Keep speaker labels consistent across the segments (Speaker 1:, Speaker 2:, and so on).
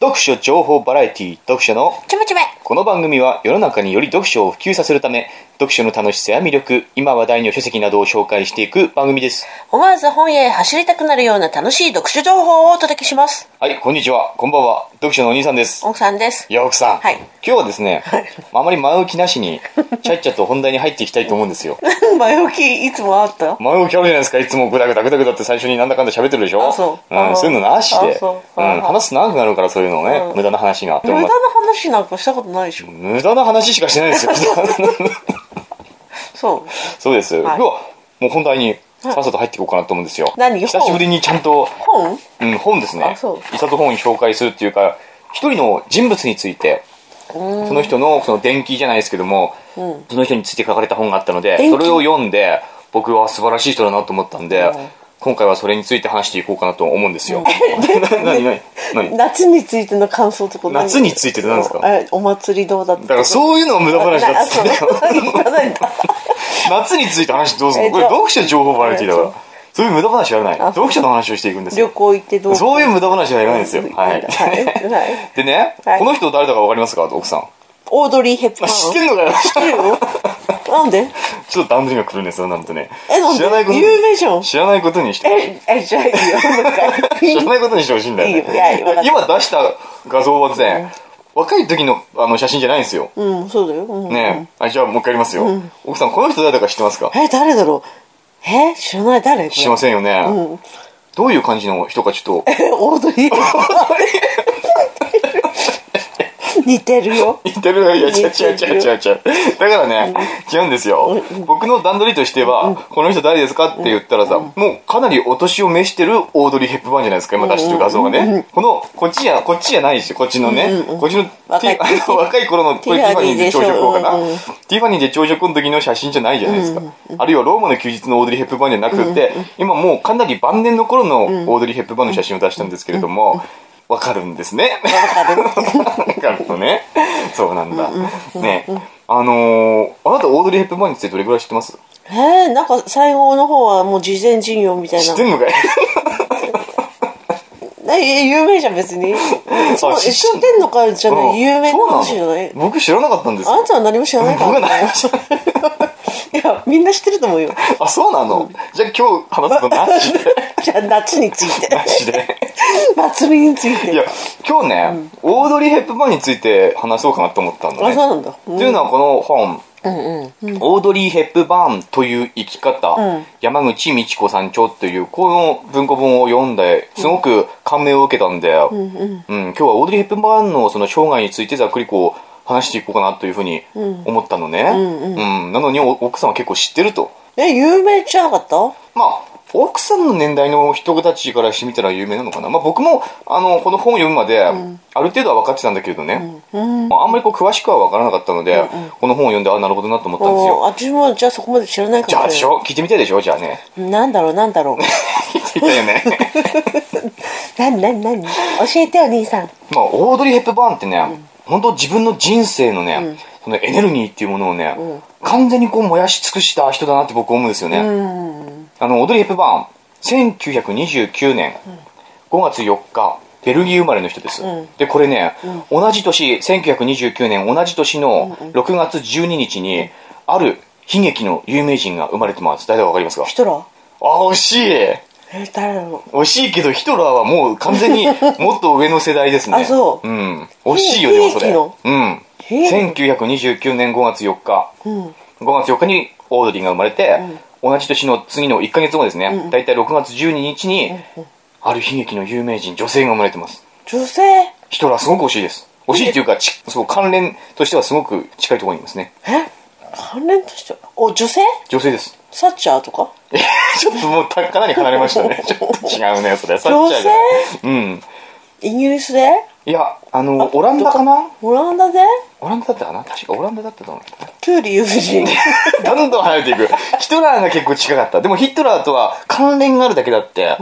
Speaker 1: 読書情報バラエティ読書の
Speaker 2: ちょめちょめ
Speaker 1: この番組は世の中により読書を普及させるため読書の楽しさや魅力今話題の書籍などを紹介していく番組です
Speaker 2: 思わず本屋へ走りたくなるような楽しい読書情報をお届けします。
Speaker 1: はいこんにちはこんばんは読書のお兄さんです
Speaker 2: 奥さんです
Speaker 1: い。や奥さん、
Speaker 2: はい
Speaker 1: 今日はですね、あまり前置きなしにちゃっちゃと本題に入っていきたいと思うんですよ
Speaker 2: 前置きいつもあった
Speaker 1: 前置きあるじゃないですかいつもグダグダグダグダって最初になんだかんだ喋ってるでしょ、
Speaker 2: あそうん
Speaker 1: そういうのなし
Speaker 2: あ
Speaker 1: で、
Speaker 2: そううん
Speaker 1: ん、話すと長くなるからそういうのね、
Speaker 2: うん
Speaker 1: 無駄な話があって
Speaker 2: 無駄な話なんかしたことないでしょ。
Speaker 1: 無駄な話しかしてないですよ
Speaker 2: そう。
Speaker 1: そうです、
Speaker 2: はい
Speaker 1: ではもう本題にさっさと入っていこうかなと思うんですよ、
Speaker 2: 何
Speaker 1: 久しぶりにちゃんと、
Speaker 2: 本
Speaker 1: うん、本ですね
Speaker 2: あそう
Speaker 1: 一冊本を紹介するっていうか一人の人物についてその人のその伝記じゃないですけども、
Speaker 2: ん
Speaker 1: その人について書かれた本があったので
Speaker 2: 伝記
Speaker 1: それを読んで僕は素晴らしい人だなと思ったんで、
Speaker 2: うん
Speaker 1: 今回はそれについて話していこうかなと思うんですよ、何 何何
Speaker 2: 夏についての感想とか何
Speaker 1: 夏についてって何ですか
Speaker 2: えお祭りどうだった
Speaker 1: だからそういうのは無駄話だっつってんだよ
Speaker 2: あそう言わないんだ
Speaker 1: 夏について話どうする
Speaker 2: え
Speaker 1: のこれ
Speaker 2: じゃあ
Speaker 1: 読書情報バラエティだからそういう無駄話やらない
Speaker 2: あそう
Speaker 1: 読書の話をしていくんです
Speaker 2: 旅
Speaker 1: よ
Speaker 2: 行行ってどう
Speaker 1: そういう無駄話はいらないんですよは
Speaker 2: はい。
Speaker 1: い
Speaker 2: はい。
Speaker 1: でね
Speaker 2: はい
Speaker 1: この人誰だか分かりますか奥さん
Speaker 2: オードリー・ヘップバーン。
Speaker 1: 知ってんのかよ
Speaker 2: 知ってるよ。なんで
Speaker 1: ちょっと段取りが来るんですよなんとね
Speaker 2: え、なん
Speaker 1: 知らないこ
Speaker 2: で
Speaker 1: と
Speaker 2: 有
Speaker 1: に
Speaker 2: 名じゃん。
Speaker 1: 知らないことにして
Speaker 2: え、え、じゃあいいよ。
Speaker 1: 知らないことにしてほしいんだよ
Speaker 2: いいよいやい
Speaker 1: ね
Speaker 2: やわかった
Speaker 1: 今出した画像はね若い時のあの写真じゃないんですよ
Speaker 2: うん、そうだよ。うん、
Speaker 1: ねあじゃあもう一回やりますよ奥さんこの人誰だか知ってますか
Speaker 2: え、誰だろうえ知らない誰これ
Speaker 1: 知りませんよ
Speaker 2: う
Speaker 1: ね
Speaker 2: ん
Speaker 1: どういう感じの人かちょっと
Speaker 2: え、 オード リー。似て るよ。
Speaker 1: 似てるいや違う違う違う違う違うだからね、違うんですよ、僕の段取りとしては、この人誰ですかって言ったらさ、もうかなりお年を召してるオードリー・ヘップバーンじゃないですか今出してる画像がね、このこっちやこっちじゃないしこっちのね、こっちのティ
Speaker 2: 若い
Speaker 1: あの 若い頃のこれティ
Speaker 2: ティフ
Speaker 1: フ
Speaker 2: ァ
Speaker 1: ァ
Speaker 2: ニ
Speaker 1: ニ
Speaker 2: ー
Speaker 1: ー
Speaker 2: で
Speaker 1: で
Speaker 2: しょ
Speaker 1: 朝食王かな、
Speaker 2: うんうん
Speaker 1: ティファニーで朝食の時の写真じゃないじゃないですか、あるいはローマの休日のオードリー・ヘップバーンじゃなくて、今もうかなり晩年の頃のオードリー・ヘップバーンの写真を出したんですけれども、わかるんですね。 わかるとね。そうなんだ。ねあのー、あなたオードリー・ヘップバーンについてどれぐらい知ってます
Speaker 2: えー、なんか最後の方はもう事前陣容みたい
Speaker 1: 知
Speaker 2: な
Speaker 1: って。んのかい
Speaker 2: え、有名じゃん、別に。そう、
Speaker 1: 知ってんの
Speaker 2: え知ってんのかじゃ
Speaker 1: う
Speaker 2: なんい。有名な話じ
Speaker 1: そ
Speaker 2: ゃ
Speaker 1: う
Speaker 2: な
Speaker 1: ないの。僕知らなかったんです
Speaker 2: あ
Speaker 1: よ
Speaker 2: な。たは何も知らないか
Speaker 1: 僕
Speaker 2: ら
Speaker 1: が
Speaker 2: ね。
Speaker 1: ないました。
Speaker 2: いや、みんな知ってると思うよ。
Speaker 1: あ、そうなの、じゃあ今日話すのなしで。
Speaker 2: じゃあ、夏について。
Speaker 1: なしで。
Speaker 2: 祭りについて。
Speaker 1: いや、今日ね、オードリー・ヘップバーンについて話そうかなと思ったんだ
Speaker 2: あ、
Speaker 1: ね。
Speaker 2: そうなんだ。うん
Speaker 1: というのはこの本、
Speaker 2: うんうん。
Speaker 1: オードリー・ヘップバーンという生き方、
Speaker 2: うん
Speaker 1: 山口美智子さん著というこの文庫本を読んですごく感銘を受けたんで、うん今日はオードリー・ヘップバーンのその生涯についてざっくりこう話していこうかなというふうに思ったのね、
Speaker 2: ん
Speaker 1: うんなのにお奥さんは結構知ってると
Speaker 2: え、有名じゃなかった
Speaker 1: まあ奥さんの年代の人たちからしてみたら有名なのかな、まあ、僕もあのこの本を読むまである程度は分かってたんだけれどね、まああんまりこう詳しくは分からなかったので、この本を読んであなるほどなと思ったんですよ
Speaker 2: おあっちもじゃあそこまで知らないか
Speaker 1: じゃあ
Speaker 2: も
Speaker 1: で
Speaker 2: し
Speaker 1: し
Speaker 2: れ
Speaker 1: ょ聞いてみたいでしょじゃあね。
Speaker 2: ない。なんだろうなんだろ う。
Speaker 1: 聞いてみたいよ ね。
Speaker 2: なになになに教えてよ兄さん。
Speaker 1: まあ、オードリー・ヘップバーンってね、本当自分の人生のね、そのエネルギーっていうものをね、完全にこう燃やし尽くした人だなって僕思うんですよね。あの、オードリー・ヘップバーン、1929年5月4日、ベルギー生まれの人です。で、これね、同じ年、1929年同じ年の6月12日に、ある悲劇の有名人が生まれてます。誰だかわかりますか
Speaker 2: ヒトラー
Speaker 1: あ、惜しい
Speaker 2: え、誰だろう
Speaker 1: 惜しいけどヒトラーはもう完全 にもっと上の世代ですね、
Speaker 2: あそう
Speaker 1: ん、惜しいよでもそ
Speaker 2: 悲
Speaker 1: れ
Speaker 2: 劇の
Speaker 1: うん
Speaker 2: 悲
Speaker 1: 1929年5月4日
Speaker 2: うん。
Speaker 1: 5月4日にオードリーが生まれて、同じ年の次の1か月後ですね、だいたい6月12日に、ある悲劇の有名人女性が生まれてます
Speaker 2: 女性え
Speaker 1: ヒトラーすごく惜しいです惜しいっていうかちそう関連としてはすごく近いところにいますね
Speaker 2: 関連としてお、女性
Speaker 1: 女性です
Speaker 2: サッチャーとか
Speaker 1: えちょっともうたかなり離れました ねちょっと違うねそれ
Speaker 2: 女性
Speaker 1: うん
Speaker 2: イギリスで
Speaker 1: いやあのオランダかな
Speaker 2: オランダで
Speaker 1: オランダだったかな確かオランダだったと思う。
Speaker 2: トゥーリー夫人。
Speaker 1: どんどん離れていく。ヒトラーが結構近かった。でもヒトラーとは関連があるだけだって、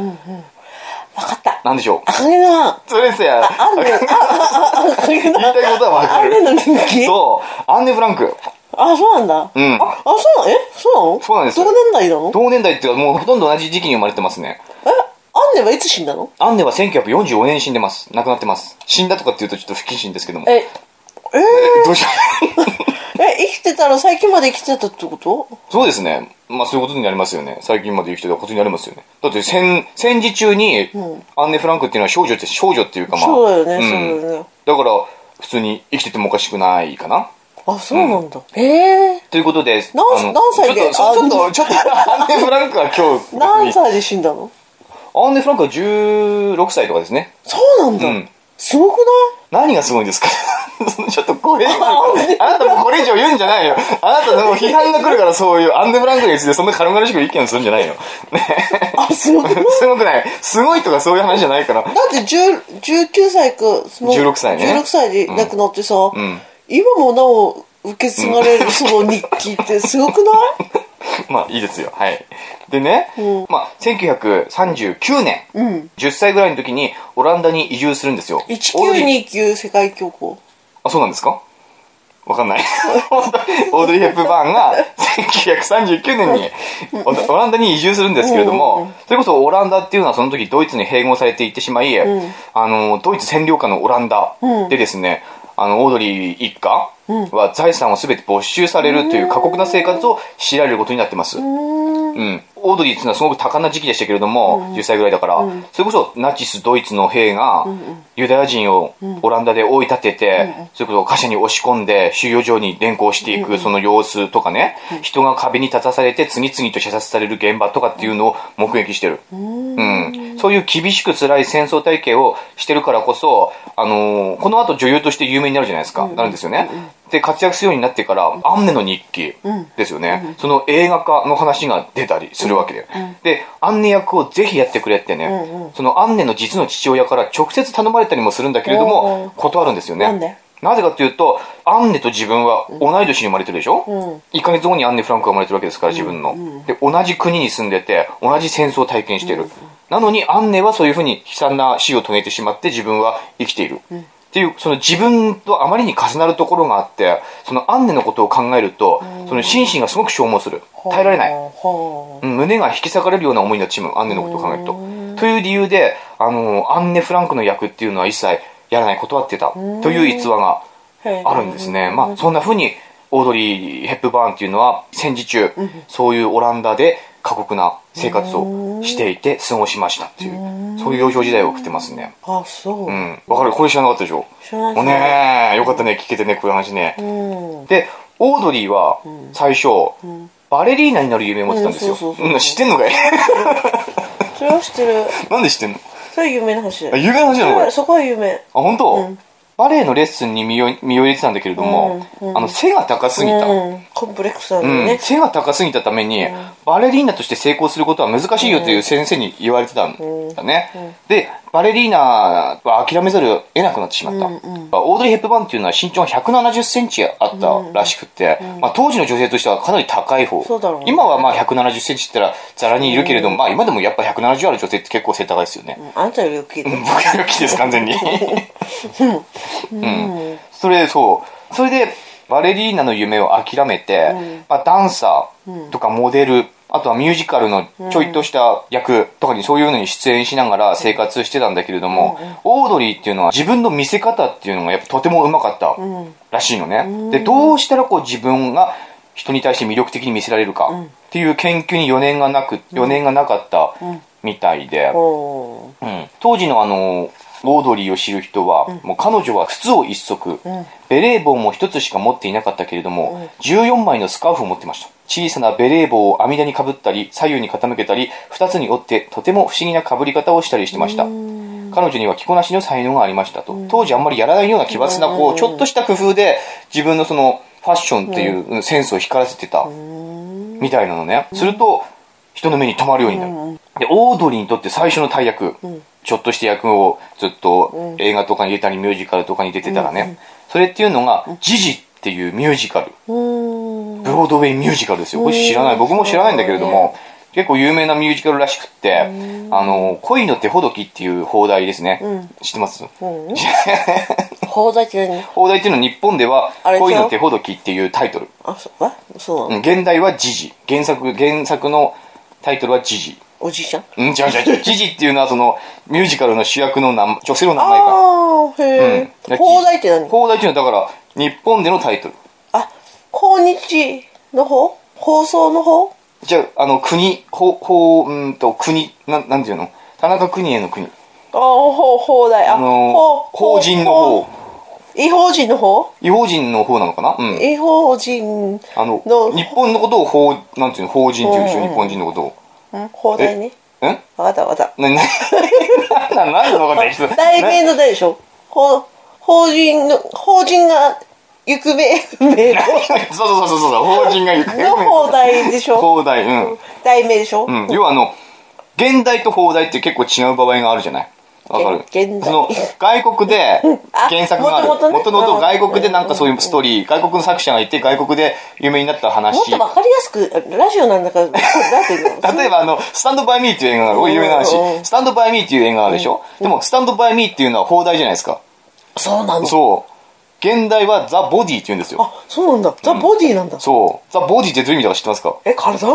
Speaker 2: わかった。
Speaker 1: なんでしょう。
Speaker 2: 赤毛のアン。
Speaker 1: それですよ。
Speaker 2: アンネ、あ、あ、あ、赤毛の
Speaker 1: 言いたいことはわか
Speaker 2: アン
Speaker 1: る
Speaker 2: ネ。の人気
Speaker 1: そう、アンネ・フランク。
Speaker 2: あ、そうなんだ。
Speaker 1: うん
Speaker 2: あ、あ、そうなのえ、そうなの
Speaker 1: そうなんです
Speaker 2: 同年代なの
Speaker 1: 同年代っていうかもうほとんど同じ時期に生まれてますね。
Speaker 2: え、アンネはいつ死んだの
Speaker 1: アンネは1945年に死んでます。亡くなってます。死んだとかっていうとちょっと不謹慎ですけども。
Speaker 2: え、
Speaker 1: え
Speaker 2: え
Speaker 1: どうしよう。
Speaker 2: ーえ、生きてたら最近まで生きてたってこと
Speaker 1: そうですね。まあそういうことになりますよね。最近まで生きてたことになりますよね。だって戦、戦時中に、アンネ・フランクっていうのは少女って、少女っていうかまあ。
Speaker 2: そうだよね、
Speaker 1: ん
Speaker 2: そうだよね。
Speaker 1: だから、普通に生きててもおかしくないかな。
Speaker 2: あ、そうなんだ。ええ
Speaker 1: ということで、
Speaker 2: 何
Speaker 1: あの
Speaker 2: 何歳で
Speaker 1: ちょっと、そうちょ
Speaker 2: あ
Speaker 1: っと、ちょっと、アンネ・フランクは今日、
Speaker 2: 何歳で死んだの
Speaker 1: アンネ・フランクは16歳とかですね。
Speaker 2: そうなんだ。
Speaker 1: うん
Speaker 2: すごく
Speaker 1: 何がすごいんですか そのちょっとこ れ、あなたもうこれ以上言うんじゃないよ。あなたもう批判が来るからそういうアンデブランクについてそんな軽々しく意見するんじゃないよ。ね
Speaker 2: ないあ、すごくない
Speaker 1: すごくない。すごいとかそういう話じゃないから。
Speaker 2: だって10 19歳かその
Speaker 1: 16歳ね
Speaker 2: 16歳で亡くなってさ、
Speaker 1: ん
Speaker 2: 今もなお受け継 がれるその日記ってすごくない、
Speaker 1: まあいいですよ。はい。でね、
Speaker 2: うん
Speaker 1: まあ1939年、
Speaker 2: うん、
Speaker 1: 10歳ぐらいの時にオランダに移住するんですよ。オードリー
Speaker 2: 1929世界恐慌
Speaker 1: あ、そうなんですかわか んない。オードリー・ヘップバーンが1939年にオオランダに移住するんですけれど
Speaker 2: うんうん
Speaker 1: も、それこそオランダっていうのはその時ドイツに併合されていってしまい、
Speaker 2: ん
Speaker 1: あの、ドイツ占領下のオランダ
Speaker 2: うん
Speaker 1: でですね、あの、オードリー一家は財産を全て没収されるという過酷な生活を強いられることになってます。
Speaker 2: うーん
Speaker 1: うん、オードリーっていうのはすごく多感な時期でしたけれども、10歳ぐらいだから、それこそナチスドイツの兵がユダヤ人をオランダで追い立てて、それこそ貨車に押し込んで収容所に連行していくその様子とかね、人が壁に立たされて次々と射殺される現場とかっていうのを目撃してる、うん、そういう厳しく辛い戦争体験をしてるからこそ、あのーこの後女優として有名になるじゃないですか、なるんですよね、で活躍するようになってから「アンネの日記」ですよね、その映画化の話が出たりするわけで、でアンネ役をぜひやってくれってね、
Speaker 2: うんう
Speaker 1: そのアンネの実の父親から直接頼まれたりもするんだけれど
Speaker 2: おうおう
Speaker 1: も断るんですよね
Speaker 2: なんで
Speaker 1: なぜかというとアンネと自分は同い年に生まれてるでしょ、
Speaker 2: うん
Speaker 1: 1ヶ月後にアンネ・フランクが生まれてるわけですから自分の、で同じ国に住んでて同じ戦争を体験してる、なのにアンネはそういうふうに悲惨な死を遂げてしまって自分は生きている、っていうその自分とあまりに重なるところがあってそのアンネのことを考えると、その心身がすごく消耗する耐えられない、
Speaker 2: は
Speaker 1: うん胸が引き裂かれるような思いになってしまうアンネのことを考えると
Speaker 2: う
Speaker 1: という理由であのアンネ・フランクの役っていうのは一切やらない断ってたという逸話が
Speaker 2: あへえ
Speaker 1: あるんですね、まあ、そんな風にオードリー・ヘップバーンっていうのは戦時中、そういうオランダで過酷な生活をしていて過ごしましたっていうそういう幼少時代を送ってますね
Speaker 2: あそう、
Speaker 1: うんわかるこれ知らなかったでしょ
Speaker 2: 知らない
Speaker 1: もうねよかったね聞けてねこういう話ね
Speaker 2: うん
Speaker 1: でオードリーは最初、バレリーナになる夢を持ってたんです
Speaker 2: うんそ
Speaker 1: よ
Speaker 2: うそうそうそう
Speaker 1: うん知ってんのかい
Speaker 2: それは知ってる
Speaker 1: なんで知ってんの
Speaker 2: それは有名な話だよ
Speaker 1: あ有名な話なのこれ
Speaker 2: そこは有名
Speaker 1: あ本当、
Speaker 2: うん
Speaker 1: バレエのレッスンに身を身を入れてたんだけれども、
Speaker 2: うんうん
Speaker 1: あの背が高すぎた、
Speaker 2: うん、コンプレックスなんだよ
Speaker 1: うん
Speaker 2: ね、
Speaker 1: 背が高すぎたために、バレリーナとして成功することは難しいよという先生に言われてたんだね、でバレリーナは諦めざるを得なくなってしまった、オードリー・ヘップバーンっていうのは身長が1 7 0ンチあったらしくて、まあ、当時の女性としてはかなり高い方
Speaker 2: そうだろうね
Speaker 1: 今はまあ1 7 0ンチって言ったらざらにいるけれども、まあ、今でもやっぱ170ある女性って結構背高いですよね、
Speaker 2: あんたより大きいね
Speaker 1: 僕より大きいです完全にうんそれそうそれでバレリーナの夢を諦めて、まあ、ダンサーとかモデルあとはミュージカルのちょいとした役とかにそういうのに出演しながら生活してたんだけれども、オードリーっていうのは自分の見せ方っていうのがやっぱとてもうまかったらしいのね、でどうしたらこう自分が人に対して魅力的に見せられるかっていう研究に余念がなく余念がなかったみたいで、
Speaker 2: おー
Speaker 1: うん当時のあのオードリーを知る人は、もう彼女は靴を一足、ベレー帽も一つしか持っていなかったけれども、14枚のスカーフを持ってました小さなベレー帽を網戸にかぶったり左右に傾けたり2つに折ってとても不思議なかぶり方をしたりしてました彼女には着こなしの才能がありましたと当時あんまりやらないような奇抜なこうちょっとした工夫で自分のそのファッションっていううんセンスを光らせてたみたいなのね、すると人の目に留まるようになる、でオードリーにとって最初の大役、ちょっとした役をずっと映画とかに出たりミュージカルとかに出てたらね、それっていうのが「ジジ」っていうミュージカル、
Speaker 2: うーん
Speaker 1: ブロードウェイミュージカルですよこれ知らない僕も知らないんだけれども結構有名なミュージカルらしくって「あの恋の手ほどき」っていう放題ですね、知ってます
Speaker 2: うん放題って何
Speaker 1: 放題っていうのは日本では
Speaker 2: あ
Speaker 1: 「
Speaker 2: れちゃう
Speaker 1: 恋の手ほどき」っていうタイトル
Speaker 2: あ、そう、あそうな
Speaker 1: う
Speaker 2: の
Speaker 1: ん現代は「ジジ」原作原作のタイトルは「ジジ」
Speaker 2: おじいちゃん
Speaker 1: うん、違う違う違う。ジジっていうのは、その、ミュージカルの主役の名前女性の名前か。
Speaker 2: ああ
Speaker 1: う
Speaker 2: へ
Speaker 1: ん
Speaker 2: え放題って何
Speaker 1: 放題っていうのは、だから、日本でのタイトル。
Speaker 2: あ訪日の方放送の方
Speaker 1: じゃあ、あの、国、ほ、ほう、うんと、国、なん、なんていうの田中邦衛の国。
Speaker 2: ああ放放題あ
Speaker 1: あの
Speaker 2: ほ、
Speaker 1: 法人の方
Speaker 2: ほ。違法人の方
Speaker 1: 違法人の方なのかなうん。
Speaker 2: 違法人
Speaker 1: あの
Speaker 2: の、
Speaker 1: 日本のことを法、なんていうの、法人っていうでしょ、日本人のことを。
Speaker 2: ん放題ね
Speaker 1: え
Speaker 2: わかったわかった
Speaker 1: な、な、 な、なんで分かんない人
Speaker 2: 題名の題でしょ法法人の法人が行くべ名簿
Speaker 1: そうそうそうそうそう、法人が行く。
Speaker 2: の放題でしょ
Speaker 1: 放題、うん。
Speaker 2: 題名でしょ、
Speaker 1: うん、要はあの現代と放題って結構違う場合があるじゃないわかる
Speaker 2: げ現代
Speaker 1: その外国で
Speaker 2: あ
Speaker 1: 原作がある
Speaker 2: 元々ね
Speaker 1: 元々外国でなんかそういうストーリー、外国の作者がいて外国で有名になった話
Speaker 2: もっとわかりやすくラジオなんだからなんていうの
Speaker 1: 例えばあの、スタンドバイミーっていう映画がある有名な話
Speaker 2: うんう、ん
Speaker 1: スタンドバイミーっていう映画があるでしょでも、スタンドバイミーっていうのは放題じゃないですか。
Speaker 2: そうな の
Speaker 1: そう。現代はザ・ボディって言うんですよ。
Speaker 2: あそうなんだザ・ボディなんだ、
Speaker 1: そう。ザ・ボディってどういう意味だか知ってますか
Speaker 2: え体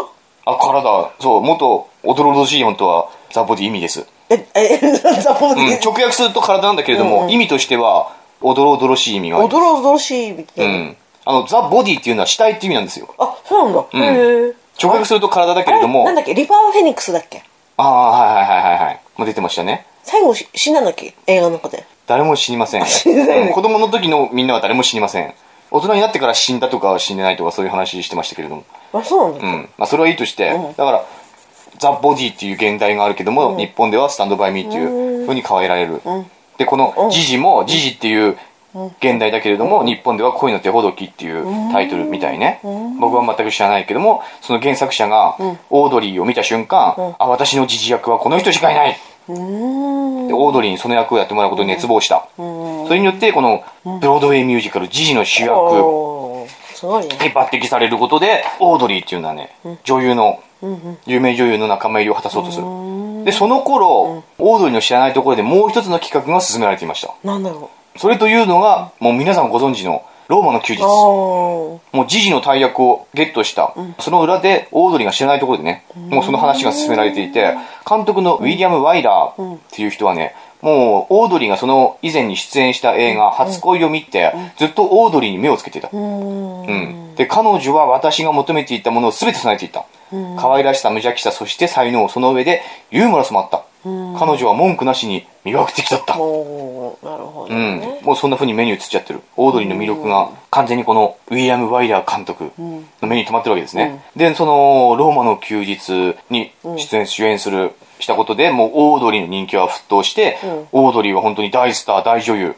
Speaker 1: あ、体。そう。元、おどろおどろしい本とは、ザ・ボディ意味です。
Speaker 2: ええ ザ・ボデ
Speaker 1: うん
Speaker 2: ィ、
Speaker 1: 直訳すると体なんだけれども、意味としては、おどろおどろしい意味があ
Speaker 2: お
Speaker 1: る。
Speaker 2: どろおどろしいみた
Speaker 1: う
Speaker 2: いな、
Speaker 1: ん。あの、ザ・ボディっていうのは死体っていう意味なんですよ。
Speaker 2: あそうなんだ、
Speaker 1: ん
Speaker 2: へえ
Speaker 1: 直訳すると体だけ
Speaker 2: あ
Speaker 1: れ
Speaker 2: れ
Speaker 1: ども
Speaker 2: なん、だっけリバー・フェニックスだっけ
Speaker 1: ああ、はいはいはいはいはい。もう出てましたね。
Speaker 2: 最後し死なんだっけ映画の中で
Speaker 1: 誰も死にません。
Speaker 2: んないね
Speaker 1: うん子供の時のみんなは誰も死にません。大人になってから死んだとか死んでないとかそういう話してましたけれども。
Speaker 2: あそうなんだ、
Speaker 1: うん。まあそれはいいとして、だから、ザ・ボディっていう現代があるけども、日本ではスタンドバイミーっていうふうに変えられる。で、このジジも、ジジっていう現代だけれども、日本では恋の手ほどきっていうタイトルみたいね。僕は全く知らないけども、その原作者が、オードリーを見た瞬間、あ、私のジジ役はこの人しかいないでオードリーにその役をやってもらうことに熱望した。それによって、この、ブロードウェイミュージカル、ジジの主役、
Speaker 2: おーすごいね
Speaker 1: に抜擢されることでオードリーっていうのはね、女優の、有名女優の仲間入りを果たそうとする、でその頃、オードリーの知らないところでもう一つの企画が進められていました
Speaker 2: なんだろ
Speaker 1: それというのがもう皆さんご存知のローマの休日
Speaker 2: うああ
Speaker 1: もう時事の大役をゲットした、その裏でオードリーが知らないところでね、もうその話が進められていて、監督のウィリアム・ワイラーっていう人はね、もうオードリーがその以前に出演した映画、初恋を見て、ずっとオードリーに目をつけていた。うんで、彼女は私が求めていたものを全て備えていた。可愛らしさ、無邪気さ、そして才能、その上でユーモラスもあった。彼女は文句なしに魅惑的だった。
Speaker 2: おーなるほど
Speaker 1: うん
Speaker 2: ね、、
Speaker 1: もうそんな風に目に映っちゃってるオードリーの魅力が完全にこのウィリアム・ワイラー監督の目に留まってるわけですね、でその「ローマの休日」に出演主演するしたことでもうオードリーの人気は沸騰して、オードリーは本当に大スター大女優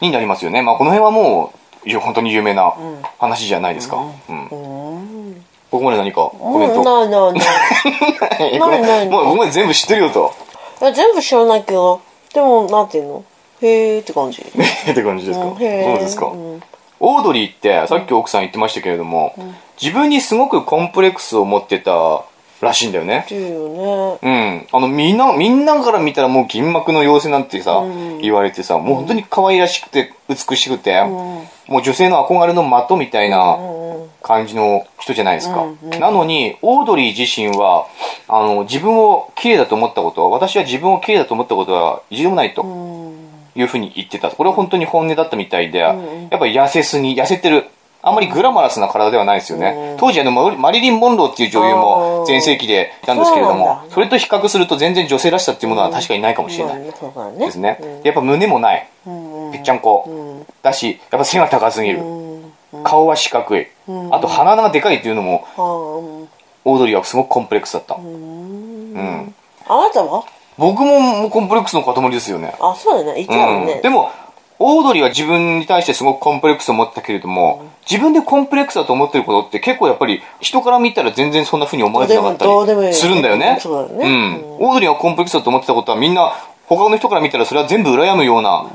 Speaker 1: になりますよね、まあ、この辺はもういや本当に有名な話じゃないですか、うんここまで何かコメン
Speaker 2: う
Speaker 1: ト、
Speaker 2: ん、ないない ない
Speaker 1: え
Speaker 2: ないない
Speaker 1: もうここまで全部知ってるよと
Speaker 2: いや全部知らないけどでもなんていうのへえって感じ
Speaker 1: って感じですか、
Speaker 2: うんへー
Speaker 1: そうですか、
Speaker 2: うん
Speaker 1: オードリーってさっき奥さん言ってましたけれども、自分にすごくコンプレックスを持ってたらしいんだよね
Speaker 2: っていうよね
Speaker 1: うんあのみんなみんなから見たらもう銀幕の妖精なんてさ、言われてさもう本当に可愛らしくて美しくて、もう女性の憧れの的みたいな感じの人じゃないですか、なのにオードリー自身はあの自分を綺麗だと思ったことは私は自分を綺麗だと思ったことは一度もないと、いうふうに言ってた。これは本当に本音だったみたいで、やっぱり痩せすぎ、痩せてる。あんまりグラマラスな体ではないですよね。当時あのマリマリリン・モンローっていう女優も
Speaker 2: あー
Speaker 1: 全盛期でいたんですけれど
Speaker 2: そう
Speaker 1: も
Speaker 2: なん、だ
Speaker 1: それと比較すると全然女性らしさっていうものは確かにないかもしれ
Speaker 2: ま
Speaker 1: な
Speaker 2: あ
Speaker 1: い
Speaker 2: ねそうだね
Speaker 1: ですね。でやっぱ胸もない。ぺっちゃんこ。だし、やっぱ背が高すぎる。顔は四角い。あと鼻がでかいっていうのも、
Speaker 2: あーうん
Speaker 1: オードリーはすごくコンプレックスだった。うん。
Speaker 2: あなたは
Speaker 1: 僕ももうコンプレックスの塊ですよね。
Speaker 2: あそうだよねいつも
Speaker 1: うん
Speaker 2: ね
Speaker 1: でも、オードリーは自分に対してすごくコンプレックスを持ってたけれども、自分でコンプレックスだと思ってることって結構やっぱり人から見たら全然そんな風に思われてなかっ
Speaker 2: どうでも
Speaker 1: た
Speaker 2: いい
Speaker 1: りするんだよね。
Speaker 2: そうだよね
Speaker 1: うんオードリーがコンプレックスだと思ってたことはみんな他の人から見たらそれは全部羨むような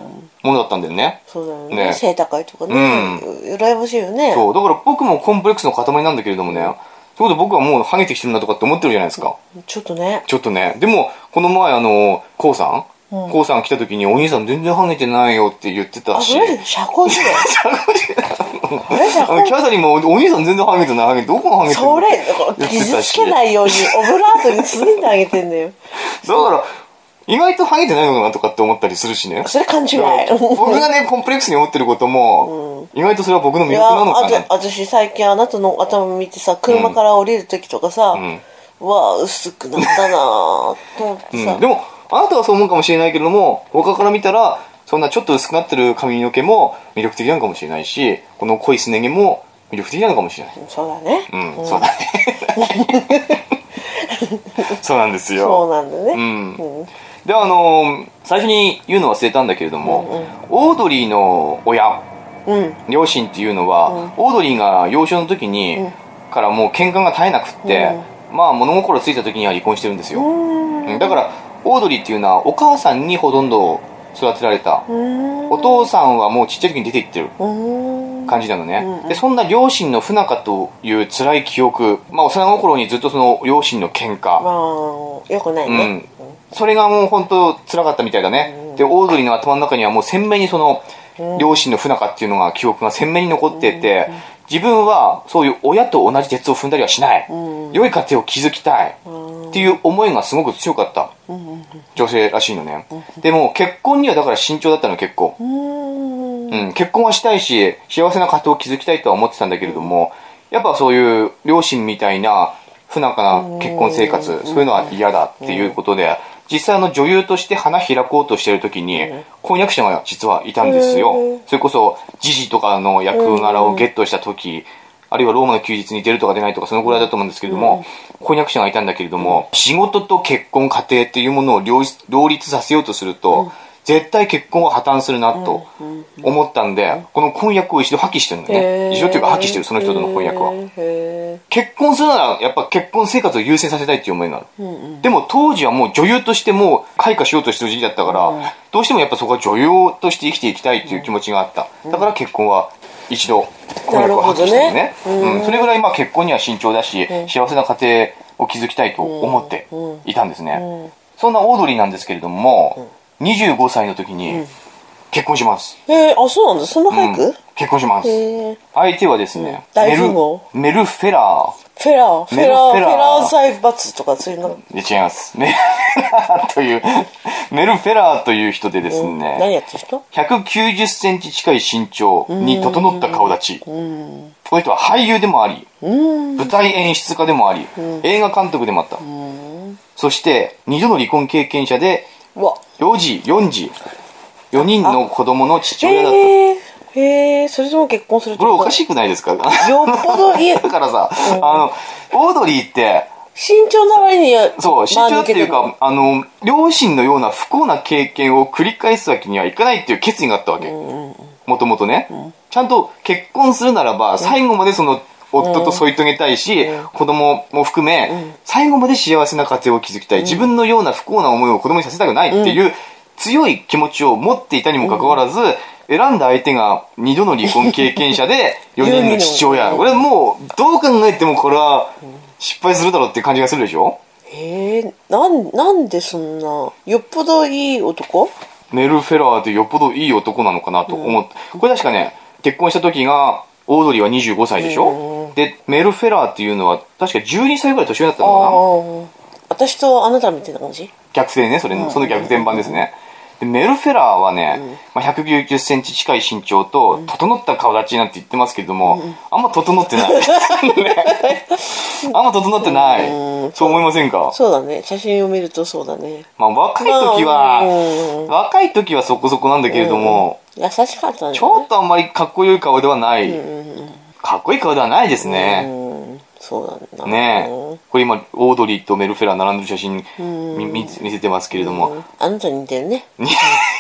Speaker 1: ものだったんだよね。
Speaker 2: そうだよ
Speaker 1: ね
Speaker 2: ね背高いとかね羨ましいよね
Speaker 1: そう。だから僕もコンプレックスの塊なんだけれどもね、そういうこと僕はもうハゲてきてるなとかって思ってるじゃないですか。
Speaker 2: ちょっとね
Speaker 1: ちょっとね。でも、この前あの、コウさんコウさんが来た時に、お兄さん全然跳ねてないよって言ってた
Speaker 2: あ、
Speaker 1: し
Speaker 2: そ。 れ社交辞令。あれ社
Speaker 1: あの
Speaker 2: 交
Speaker 1: キャサリンも、お兄さん全然ハゲてない、ハゲてどこハゲてる
Speaker 2: それ、だから
Speaker 1: 言っ
Speaker 2: 傷
Speaker 1: てた
Speaker 2: つ
Speaker 1: し
Speaker 2: けないように、オブラートに包んであげてんだよ。
Speaker 1: だから、意外とハゲてないのかなとかって思ったりするしね。
Speaker 2: それ勘違い。
Speaker 1: 僕がね、コンプレックスに思ってることも、意外とそれは僕の魅
Speaker 2: い
Speaker 1: 力
Speaker 2: や
Speaker 1: なのかな
Speaker 2: あと私最近あなたの頭見てさ車から降りる時とかさ、わあ薄くなったなあと思ってさ、
Speaker 1: うんでもあなたはそう思うかもしれないけれども他から見たらそんなちょっと薄くなってる髪の毛も魅力的なのかもしれないしこの濃いすね毛も魅力的なのかもしれない
Speaker 2: そうだね、
Speaker 1: うん、そうだね そうなんですよ
Speaker 2: そうなんだね、
Speaker 1: うん
Speaker 2: うん
Speaker 1: であのー最初に言うの忘れたんだけれども、オードリーの親
Speaker 2: うん
Speaker 1: 両親っていうのは、オードリーが幼少の時に、からもう喧嘩が絶えなくって、まあ物心ついた時には離婚してるんですよ、うんだからオードリーっていうのはお母さんにほとんど育てられた、お父さんはもうちっちゃい時に出て行ってる
Speaker 2: うん
Speaker 1: 感じなのね、でそんな両親の不仲という辛い記憶、まあ、幼い頃にずっとその両親の喧嘩、
Speaker 2: まあよくないね、
Speaker 1: それがもう本当辛かったみたいだね、でオードリーの頭の中にはもう鮮明にその両親の不仲っていうのが記憶が鮮明に残ってて、自分はそういう親と同じ鉄を踏んだりはしない、良い家庭を築きたいっていう思いがすごく強かった、女性らしいのね、でも結婚にはだから慎重だったの結構、
Speaker 2: うん
Speaker 1: うん、結婚はしたいし幸せな家庭を築きたいとは思ってたんだけれどもやっぱそういう両親みたいな不仲な結婚生活そういうのは嫌だっていうことで実際あの女優として花開こうとしてる時に婚約者が実はいたんです
Speaker 2: う
Speaker 1: よそれこそジジとかの役柄をゲットした時あるいはローマの休日に出るとか出ないとかそのぐらいだと思うんですけれども婚約者がいたんだけれども仕事と結婚家庭っていうものを両立両立させようとすると絶対結婚は破綻するなと思ったんで、この婚約を一度破棄してるんだよね。
Speaker 2: へー
Speaker 1: 一度というか破棄してる、その人との婚約は。
Speaker 2: へえ
Speaker 1: 結婚するなら、やっぱ結婚生活を優先させたいっていう思いがある。でも当時はもう女優としてもう開花しようとしてる時期だったから、どうしてもやっぱそこは女優として生きていきたいっていう気持ちがあった。だから結婚は一度婚約を破棄してるね。うん、それぐらいまあ結婚には慎重だし、幸せな家庭を築きたいと思っていたんですね。そんなオードリーなんですけれども、25歳の時に結婚します。
Speaker 2: へえあそうなんだそんな早く、
Speaker 1: うん結婚します
Speaker 2: へえ
Speaker 1: 相手はですね、
Speaker 2: うん
Speaker 1: メ
Speaker 2: 大富豪
Speaker 1: ルメルフェラ
Speaker 2: フェラーフェラーフ
Speaker 1: メ
Speaker 2: ェ
Speaker 1: ルフェラー
Speaker 2: ラー財閥とかそういうの、
Speaker 1: ーで違いますメルフェラ ーというメルフェラーという人でです
Speaker 2: 何
Speaker 1: ね、
Speaker 2: やってる人
Speaker 1: 190センチ近い身長に整った顔立ちこの人は俳優でもあり舞台演出家でもあり映画監督でもあったそして2度の離婚経験者で
Speaker 2: うわ
Speaker 1: 4児4児4人の子供の父親だった
Speaker 2: へえへえそれでも結婚するって
Speaker 1: これおか
Speaker 2: い
Speaker 1: しくないですか
Speaker 2: よっぽど家
Speaker 1: だからさ、あの、オードリーって、
Speaker 2: 慎重な割に
Speaker 1: そう、慎重っていう
Speaker 2: まあ
Speaker 1: か、あの、両親のような不幸な経験を繰り返すわけにはいかないっていう決意があったわけ。もともとね、ちゃんと結婚するならば、最後までその、夫と添い遂げたいし、子供も含め、最後まで幸せな家庭を築きたい。自分のような不幸な思いを子供にさせたくないっていう強い気持ちを持っていたにもかかわらず、選んだ相手が2度の離婚経験者 で、4人の父親。これもう、どう考えてもこれは失敗するだろうっていう感じがするでしょ
Speaker 2: へえなんなんでそんなよっぽどいい男
Speaker 1: メル・フェラーってよっぽどいい男なのかなと思って、これ確かね結婚した時がオードリーは25歳でしょ、でメル・フェラーっていうのは確か12歳ぐらい年上だった
Speaker 2: あ
Speaker 1: のかな
Speaker 2: あ私とあなたみたいな感じ
Speaker 1: 逆転ねそれ、その逆転版ですね、でメル・フェラーはね、まあ、1 9 0センチ近い身長と整った顔立ちなんて言ってますけども、あんま整ってない ねあんま整ってない、そう思いませんか
Speaker 2: そうだね写真を見るとそうだね
Speaker 1: まあ若い時
Speaker 2: まあう
Speaker 1: は、若い時はそこそこなんだけれども、
Speaker 2: 優しかったね
Speaker 1: ちょっとあんまりかっこよい顔ではない。かっこいい顔ではないですね。
Speaker 2: うんそうなんだ
Speaker 1: ね
Speaker 2: うん
Speaker 1: え。これ今、オードリーとメルフェラー並んでる写真み見見せてますけれども。
Speaker 2: あなたに似てるね
Speaker 1: い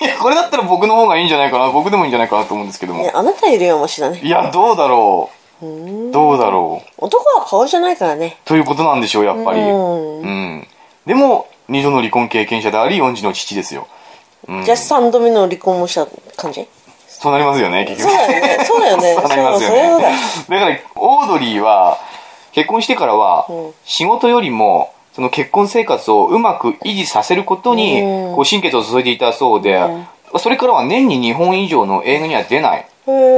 Speaker 1: や、これだったら僕の方がいいんじゃないかな。僕でもいいんじゃないかなと思うんですけど
Speaker 2: ね
Speaker 1: も。
Speaker 2: あなたよりはマシだね
Speaker 1: いや、どうだろう。どうだろう。
Speaker 2: 男は顔じゃないからね
Speaker 1: ということなんでしょう、やっぱり。
Speaker 2: うん
Speaker 1: うん。でも、二度の離婚経験者であり、四児の父ですよ。
Speaker 2: じゃあ3度目の離婚もした感じ
Speaker 1: そうなりますよね、結
Speaker 2: そう
Speaker 1: 局。
Speaker 2: だよねそうだよね
Speaker 1: そうなりますよ
Speaker 2: そうだ
Speaker 1: ね。だから、オードリーは、結婚してからは、仕事よりも、その結婚生活をうまく維持させることに、
Speaker 2: うん
Speaker 1: こう心血を注いでいたそうで、それからは年に2本以上の映画には出ない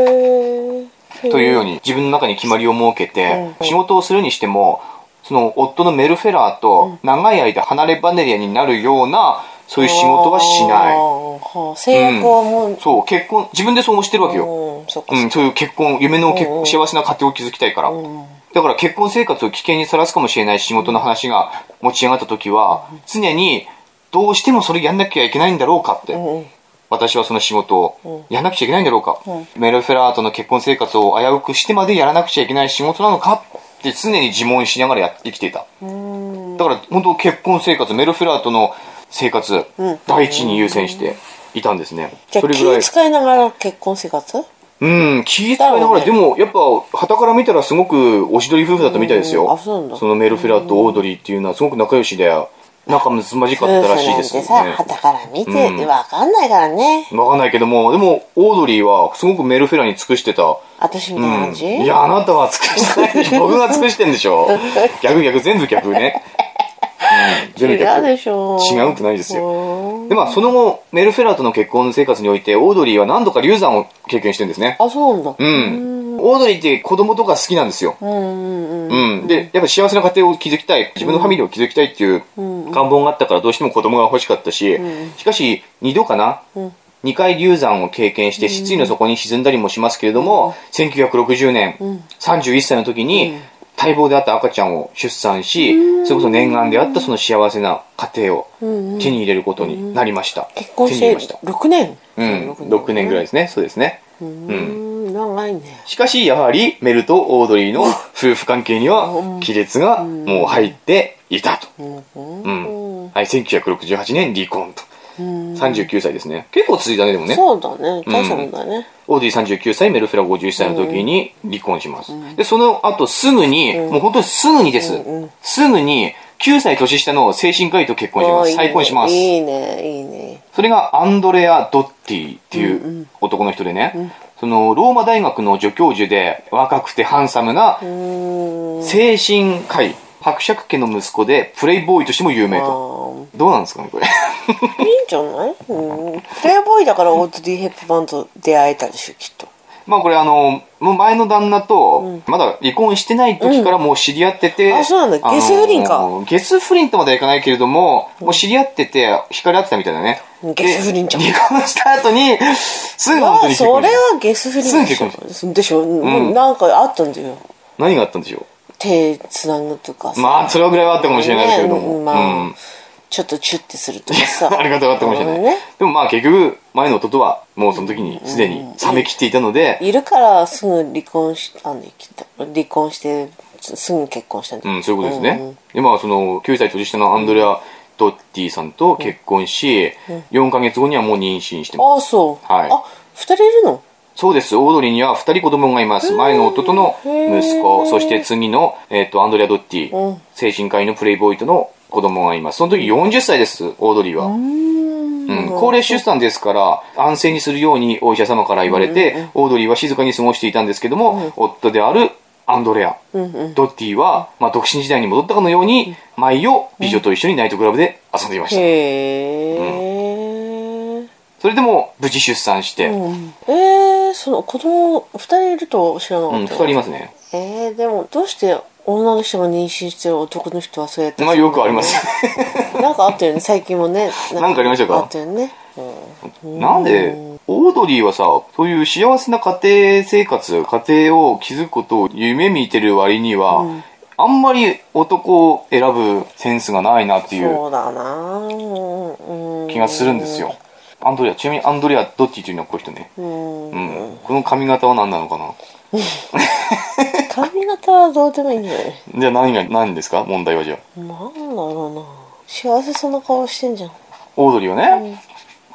Speaker 2: へえ
Speaker 1: というように自分の中に決まりを設けて、
Speaker 2: うん
Speaker 1: 仕事をするにしてもその夫のメルフェラーと長い間離れ離れになるようなそういう仕事はし
Speaker 2: あー
Speaker 1: ない
Speaker 2: はあ制約はもう、うん、
Speaker 1: そう結婚自分でそうしてるわけよ、
Speaker 2: そっか
Speaker 1: う
Speaker 2: そっ
Speaker 1: ん、そういう結婚夢の結
Speaker 2: うんうん
Speaker 1: 幸せな家庭を築きたいから、
Speaker 2: かうん
Speaker 1: だから結婚生活を危険にさらすかもしれない仕事の話が持ち上がった時は、常にどうしてもそれやんなきゃいけないんだろうかって、
Speaker 2: うん
Speaker 1: 私はその仕事をやんなくちゃいけないんだろうか、
Speaker 2: う
Speaker 1: メルフェラーとの結婚生活を危うくしてまでやらなくちゃいけない仕事なのかって常に自問しながらやってきていた、だから本当結婚生活メルフェラーとの生活、
Speaker 2: うん
Speaker 1: 第一に優先していたんですね、
Speaker 2: じゃあ
Speaker 1: それぐらい
Speaker 2: 気使いながら結婚生活
Speaker 1: うん、気遣いながら、
Speaker 2: だ
Speaker 1: でもやっぱ、旗から見たらすごくおしどり夫婦だったみたいですよ。
Speaker 2: うんあそうなんだ
Speaker 1: のメルフェラーとオードリーっていうのはすごく仲良しで、仲睦まじか
Speaker 2: 夫
Speaker 1: っ
Speaker 2: 婦
Speaker 1: たら
Speaker 2: なん
Speaker 1: しいで
Speaker 2: て
Speaker 1: すね。
Speaker 2: さはたから見て
Speaker 1: うん
Speaker 2: わかんないからね
Speaker 1: わかんないけども、でも、オードリーはすごくメルフェラーに尽くしてた。
Speaker 2: 私みたいな感じ
Speaker 1: うんいや、あなたは尽くしてないで しょ。僕が尽くしてんでしょ。逆逆、全部逆ね。うん、全部
Speaker 2: 違う
Speaker 1: 逆。
Speaker 2: でしょ
Speaker 1: 違うってないですよ
Speaker 2: よ
Speaker 1: で、まあ、その後、メルフェラーとの結婚生活において、オードリーは何度か流産を経験してるんですね。
Speaker 2: あそうなんだ
Speaker 1: う
Speaker 2: うん
Speaker 1: ん。オードリーって子供とか好きなんですよ。
Speaker 2: うんうんうん
Speaker 1: うん、でやっぱ幸せな家庭を築きたい自分のファミリーを築きたいっていう
Speaker 2: うん
Speaker 1: 願望があったからどうしても子供が欲しかったし、しかし2度かな、
Speaker 2: ん
Speaker 1: 2回流産を経験して失意の底に沈んだりもしますけれども、1960年、31歳の時に待望であった赤ちゃんを出産し、それこそ念願であったその幸せな家庭を
Speaker 2: うんうん
Speaker 1: 手に入れることになりました、
Speaker 2: 結婚
Speaker 1: 手に
Speaker 2: し
Speaker 1: 入れ
Speaker 2: て
Speaker 1: ました、
Speaker 2: 6年
Speaker 1: うん、6年ぐらい
Speaker 2: い
Speaker 1: ですねそうですね
Speaker 2: うん長いね
Speaker 1: しかし、やはり、メルとオードリーの夫婦関係には、亀裂がもう入っていたと。うん。はい、1968年離婚と。
Speaker 2: うん
Speaker 1: 39歳ですね。結構続いたね、でもね。
Speaker 2: そうだね大したもんだね
Speaker 1: オードリー39歳、メルフェラ51歳の時に離婚します。で、その後すぐに、もう本当にすぐにです。すぐに、9歳年下の精神科医と結婚しま
Speaker 2: あーい
Speaker 1: す。
Speaker 2: いね
Speaker 1: 再婚します。
Speaker 2: いいねいいね
Speaker 1: それがアンドレア・ドッティっていう男の人でね、そのローマ大学の助教授で若くてハンサムな
Speaker 2: うん
Speaker 1: 精神科医伯爵家の息子でプレイボーイとしても有名
Speaker 2: あ
Speaker 1: と
Speaker 2: ー
Speaker 1: どうなんですかねこれ
Speaker 2: いいんじゃない、うん、プレイボーイだからオードリー・ヘップバーンと出会えたでしょきっと
Speaker 1: まあこれあのもう前の旦那とまだ離婚してない時からもう知り合ってて、
Speaker 2: あそうなんだ
Speaker 1: あの
Speaker 2: ゲス不倫か
Speaker 1: ゲス不倫とまではいかないけれどももう知り合ってて惹かれ合ってたみたいだね
Speaker 2: ゲス不倫じゃん
Speaker 1: で離婚した後にすぐ
Speaker 2: ま
Speaker 1: 本当
Speaker 2: あ
Speaker 1: に結
Speaker 2: そ
Speaker 1: 婚
Speaker 2: れ
Speaker 1: した
Speaker 2: はゲス不倫でし
Speaker 1: すぐ結
Speaker 2: ょでしょ、もうんなんかあったんだよ
Speaker 1: 何があったんでしょ
Speaker 2: 手つなぐとか
Speaker 1: う
Speaker 2: さ
Speaker 1: まあそれぐらいはあったかもしれないですけれども、
Speaker 2: ねまあ
Speaker 1: うん
Speaker 2: ちょっとチュッてするとかさ
Speaker 1: ありがたかったかもしれない、
Speaker 2: なるほどね
Speaker 1: でもまあ結局前の夫とはもうその時にすでに冷めきっていたので、
Speaker 2: いるからすぐ離婚したんだよきっと離婚してすすぐ結婚したんだ
Speaker 1: う
Speaker 2: よ
Speaker 1: ん、そういうことです
Speaker 2: んうん
Speaker 1: ね。今はその、9歳年下のアンドレア・ドッティさんと結婚し、4ヶ月後にはもう妊娠してます。
Speaker 2: ああそう、
Speaker 1: はい
Speaker 2: あ二人いるの
Speaker 1: そうです。オードリーには2人子供がいます。前の夫との息
Speaker 2: へ
Speaker 1: 子、
Speaker 2: ー
Speaker 1: そして次の、えっ、と、アンドレア・ドッティ、
Speaker 2: うん
Speaker 1: 精神科医のプレイボーイとの子供がいます。その時40歳です、オードリーは。
Speaker 2: うん
Speaker 1: うん、高齢出産ですから安静にするようにお医者様から言われて、オードリーは静かに過ごしていたんですけども、夫であるアンドレア、ドッティは、まあ、独身時代に戻ったかのように、毎夜美女と一緒にナイトクラブで遊んでいました、
Speaker 2: へえ、
Speaker 1: それでも無事出産して、うん
Speaker 2: えー、その子供二人いるとは知らなか
Speaker 1: 二
Speaker 2: った、
Speaker 1: 人いますね、
Speaker 2: えー、でもどうして女の人が妊娠してる男の人はそうやって
Speaker 1: まあ、よくあります
Speaker 2: なんかあったよね最近もね
Speaker 1: なんかありましたか
Speaker 2: あったよね、う ん、
Speaker 1: なんで、オードリーはさ、そういう幸せな家庭生活、家庭を築くことを夢見てる割には、あんまり男を選ぶセンスがないなっていう
Speaker 2: そうだなうん
Speaker 1: 気がするんですよ。アンドレア、ちなみにアンドレア・ドッティというのはこういう人ね。
Speaker 2: うん
Speaker 1: うん。この髪型は何なのかな
Speaker 2: 髪型はどうでもいいんじゃない
Speaker 1: じゃあ何が、何ですか問題はじゃあ。
Speaker 2: なんだろうな幸せそうな顔してんじゃん
Speaker 1: オードリーはね、